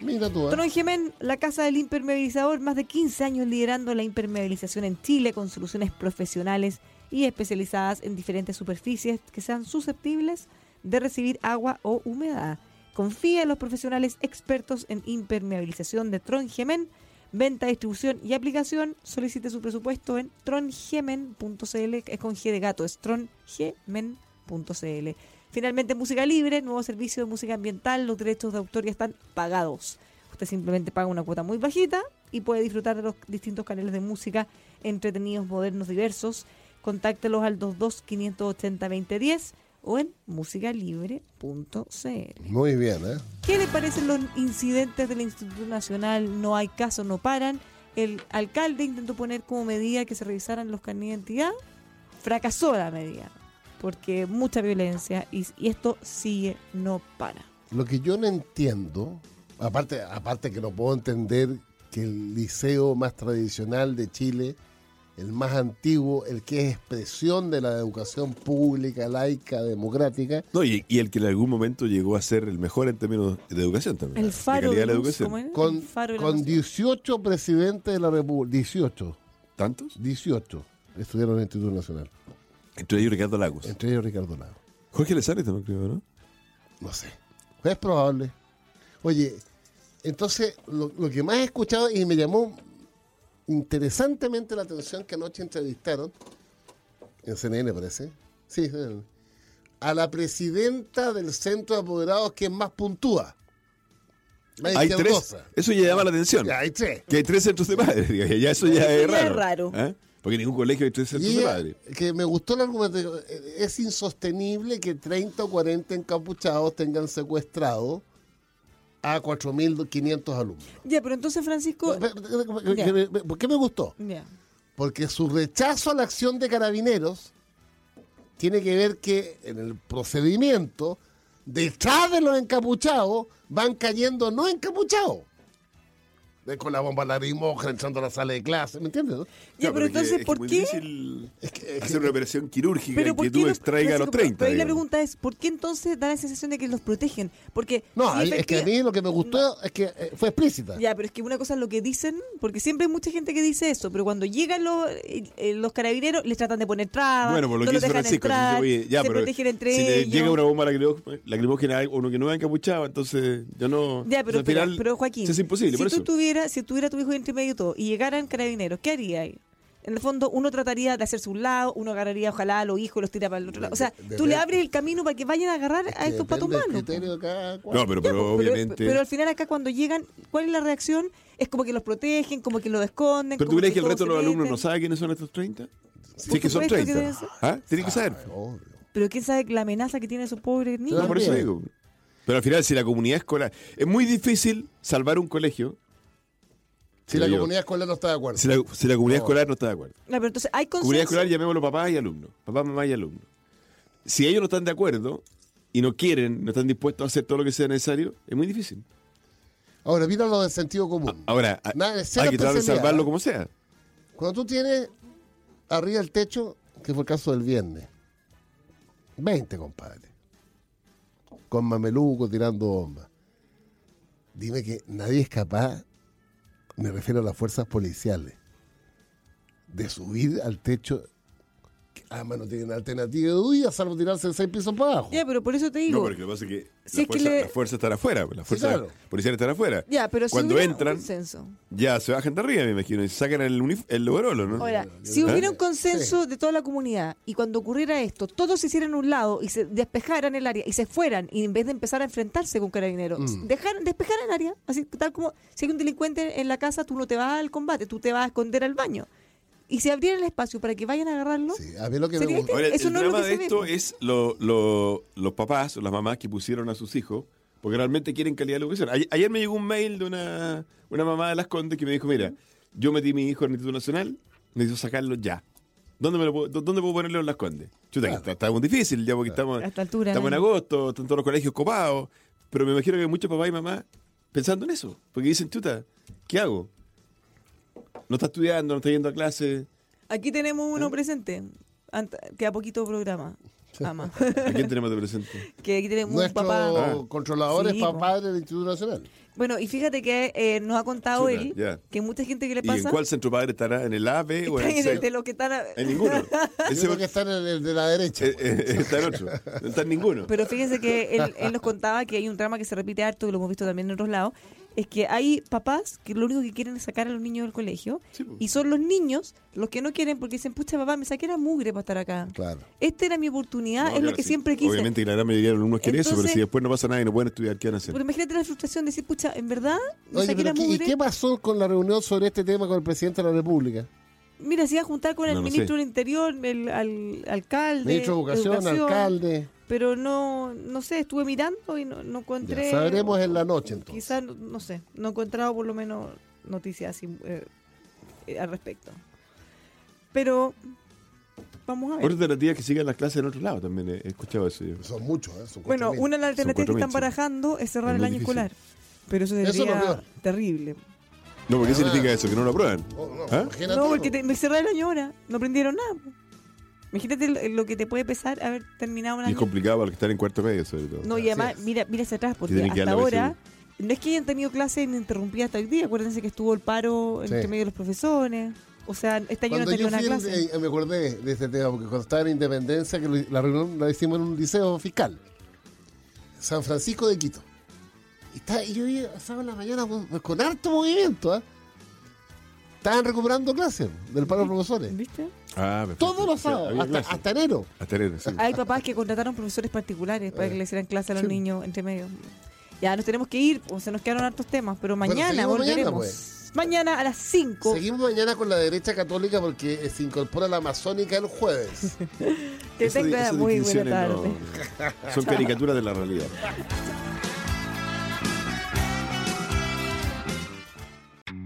Mira tú. ¿eh?
Tono Gemén, la casa del impermeabilizador, más de 15 años liderando la impermeabilización en Chile con soluciones profesionales y especializadas en diferentes superficies que sean susceptibles de recibir agua o humedad. Confía en los profesionales expertos en impermeabilización de Trongemen, venta, distribución y aplicación. Solicite su presupuesto en trongemen.cl, es con G de gato, es trongemen.cl. Finalmente, música libre, nuevo servicio de música ambiental, los derechos de autor ya están pagados. Usted simplemente paga una cuota muy bajita y puede disfrutar de los distintos canales de música entretenidos, modernos, diversos. Contáctelos al 22-580-2010 o en musicalibre.cl.
Muy bien, ¿eh?
¿Qué le parecen los incidentes del Instituto Nacional? No hay caso, no paran. El alcalde intentó poner como medida que se revisaran los carnes de identidad. Fracasó la medida porque mucha violencia y, y esto sigue, no para.
Lo que yo no entiendo, aparte, aparte que no puedo entender que el liceo más tradicional de Chile, el más antiguo, el que es expresión de la educación pública, laica, democrática,
No, y, y el que en algún momento llegó a ser el mejor en términos de educación también.
El faro
de calidad de la
luz, ¿cómo
educación.
era?
con,
El faro de la
con
nación.
18 presidentes de la República, 18,
¿Tantos?
18 estuvieron en el Instituto Nacional,
Entre ellos Ricardo Lagos.
entre ellos Ricardo Lago.
Jorge Lezares también creo, ¿no?
No sé. Es probable. Oye, entonces lo, lo que más he escuchado y me llamó interesantemente la atención que anoche entrevistaron, en CNN parece, sí, CNN, a la presidenta del centro de apoderados que es más puntúa. Más
Hay tres.
izquierdosa.
Eso ya llama la atención.
Ya, hay tres.
Que hay tres centros de padres. diga, Ya eso ya
Eso ya
es raro.
es raro.
¿Ah? Porque ningún colegio es ser
Y
tu
ella-
padre.
que me gustó el argumento. eh, Es insostenible que 30 o 40 encapuchados tengan secuestrado a 4.500 alumnos.
Ya, pero entonces, Francisco.
Pe- pe- ¿Por qué me gustó?
Ya.
Porque su rechazo a la acción de carabineros tiene que ver que en el procedimiento, detrás de los encapuchados, van cayendo no encapuchados. De- Con la bomba lacrimógena entrando a la sala de clase, ¿me entiendes? no?
Ya, pero
Claro, porque es
entonces,
que
¿por
es muy
qué?
difícil
Es que- es
hacer
que-
una operación quirúrgica
Pero
en
¿por
que
qué
tú
los-
extraigas a los
Francisco, pero-
30.
Pero ahí la
digamos.
pregunta es, ¿por qué entonces da la sensación de que los protegen? Porque si
No, a mí- es que a
efectiva-
mí lo que me gustó es que eh, fue explícita.
Ya, pero es que una cosa es lo que dicen, porque siempre hay mucha gente que dice eso, pero cuando llegan los, eh, eh, los carabineros les tratan de poner trabas,
Bueno, por lo
no
que
los
hizo
dejan
Francisco,
entrar,
entonces, oye, ya,
se
pero
protegen entre
si le
ellos.
llega una bomba lacrimó- lacrimógena a uno que no va encapuchado, entonces ya no.
Ya, pero,
al
espera,
final
pero Joaquín,
Es imposible,
si
por
tú
eso.
tuviera, si tuviera tu hijo entre medio de todo y llegaran carabineros, ¿qué haría ahí? En el fondo, uno trataría de hacerse un lado, uno agarraría ojalá a los hijos y los tira para el otro lado. O sea,
De- de-
tú le
de-
abres el camino para que vayan a agarrar a
Que
estos patos
depende del
malos. po.
criterio de cada cual.
No, pero,
Ya,
pero
po,
obviamente.
Pero, al final acá cuando llegan, ¿cuál es la reacción? Es como que los protegen, como que los esconden.
¿Pero tú
como
crees que el
todos
resto de
se
los alumnos no
meten.
sabe quiénes son estos 30? Si
Por
es que son
supuesto que
30.
deben ser.
¿Ah? Tienen que saber.
Obvio.
Pero quién sabe la amenaza que tienen esos pobres niños.
No, por eso
También.
digo. Pero al final, si la comunidad escolar. Es muy difícil salvar un colegio
Si la
Digo yo.
comunidad escolar no está de acuerdo.
si la, si la comunidad
No.
escolar no está de acuerdo.
No, pero entonces hay
Comunidad
consenso.
escolar, llamémoslo papás y alumnos. Papá, mamá y alumnos. Si ellos no están de acuerdo y no quieren, no están dispuestos a hacer todo lo que sea necesario, es muy difícil.
Ahora, mira lo del sentido común.
Ahora, a-
Nada, cero
hay que tratar de
especialidad,
salvarlo
¿eh?
como sea.
Cuando tú tienes arriba el techo, que fue el caso del viernes, 20 compadre, con mameluco tirando bombas, dime que nadie es capaz, me refiero a las fuerzas policiales, de subir al techo. que Además, no tienen alternativa de huida, salvo tirarse de seis pisos para abajo.
Ya, pero por eso te digo.
No, porque lo que pasa es que
Si es que
las fuerzas
le-
las fuerzas están afuera, las fuerzas
claro.
policiales están afuera.
Ya, pero si
Cuando
hubiera
entran,
un consenso.
ya se bajan de arriba, me imagino, y se sacan el, unif- el overolo, ¿no?
Ahora, si
¿Ah?
hubiera un consenso de toda la comunidad y cuando ocurriera esto, todos se hicieran a un lado y se despejaran el área y se fueran y en vez de empezar a enfrentarse con carabineros,
Mm.
dejaran, despejaran el área. Así tal como si hay un delincuente en la casa, tú no te vas al combate, tú te vas a esconder al baño. Y se abriera el espacio para que vayan a agarrarlo.
Sí, a mí lo que me
Sería
gustó.
Ahora,
Eso
el
no es lo
drama
que
de
se ve,
esto
pues.
es lo- lo- los papás o las mamás que pusieron a sus hijos porque realmente quieren calidad de educación. Ay- Ayer, me llegó un mail de una, una mamá de Las Condes que me dijo, mira, yo metí a mi hijo en el Instituto Nacional, necesito sacarlo ya. ¿Dónde, me lo puedo, dó- ¿Dónde puedo ponerlo en Las Condes? Chuta, que está, está muy difícil ya porque estamos,
A esta altura,
estamos en
¿no?
agosto, están todos los colegios copados, pero me imagino que hay muchos papás y mamás pensando en eso, porque dicen, chuta, ¿qué hago? No está estudiando, no está yendo a clase,
Aquí tenemos uno
¿Eh?
presente. Ant- Queda poquito programa. Ama. [laughs]
¿a quién tenemos de presente?
que aquí tenemos un
Nuestro
papá.
Ah.
controlador
Sí,
es pa-
po.
padre del Instituto Nacional.
Bueno, y fíjate que eh, nos ha contado
Chuta,
él
ya.
que mucha gente que le
¿Y en
pasa [laughs]
cuál centro padre estará? ¿En el A, B o
está
en
en
el
el
C?
de los que están a- [laughs]
En ninguno.
Yo
Ese-
creo que está en el de la derecha. pues.
eh, eh, está en otro. No está en ninguno.
Pero fíjense que él, él nos contaba que hay un drama que se repite harto, que lo hemos visto también en otros lados, es que hay papás que lo único que quieren es sacar a los niños del colegio
Sí, pues.
y son los niños los que no quieren porque dicen, pucha papá, me saqué la mugre para estar acá.
Claro.
Esta era mi oportunidad,
No,
es lo
claro,
que
sí.
siempre quise.
Obviamente que la gran mayoría de los alumnos quieren eso,
Entonces-
pero si después no pasa nada y no pueden estudiar, ¿qué van a hacer?
Pero imagínate la frustración de decir, pucha, en verdad, me
Oye,
saqué la
pero ¿qué- ¿y
mugre.
qué pasó con la reunión sobre este tema con el presidente de la República?
Mira, se iba a juntar con el
No lo
ministro del Interior, el al- alcalde.
Ministro de Educación, alcalde.
Pero no, no sé, estuve mirando y no, no
Ya,
encontré.
sabremos en la noche entonces.
Quizás, no, no sé, no he encontrado por lo menos noticias así eh, eh, al respecto. Pero vamos a ver.
Otra alternativa es que sigan las clases en otro lado también. eh, He he escuchado eso yo.
Son muchos, ¿eh? Son
Bueno,
4.000.
una de las
Son
alternativas que están
4.000, sí.
barajando es cerrar
Es
el
muy
año
difícil.
escolar. Pero eso
Eso es lo
sería
peor.
terrible.
No, ¿por qué significa eso? ¿Que no lo aprueban?
Oh, no,
¿Ah?
imagínate,
no, porque te- me cerrar el año ahora. No aprendieron nada. po. Imagínate lo- lo que te puede pesar haber terminado un
Y es
año.
complicado para los que están en cuarto medio, sobre todo.
No, y
Así
además,
es.
mira, mira hacia atrás, porque
tienen que
hasta
dar la
ahora no es que hayan tenido clases ininterrumpidas hasta hoy día. Acuérdense que estuvo el paro
Sí.
entre medio de los profesores. O sea, este año no
Cuando
han
yo
tenido una
fui, en-
clase.
eh, me acordé de este tema, porque cuando estaba en Independencia, que lo- la reunión la hicimos en un liceo fiscal, San Francisco de Quito. Y, está, y yo vi sábado en la mañana con, con harto movimiento, ¿ah? Estaban recuperando clases del paro de profesores.
¿Viste?
Ah, perfecto.
Todos los
O sea,
sábados,
había
hasta,
clases.
hasta enero.
Hasta enero, sí.
Hay papás que contrataron profesores particulares para que le hicieran clase a los niños entre medio. Ya nos tenemos que ir, o se nos quedaron hartos temas, pero mañana
seguimos mañana,
volveremos.
pues.
Mañana a las 5
Seguimos mañana con la derecha católica porque eh, se incorpora la masónica el jueves.
te
Esas-
tengo
esas
muy buena
distinciones
tarde.
no-
[laughs]
son caricaturas de la realidad.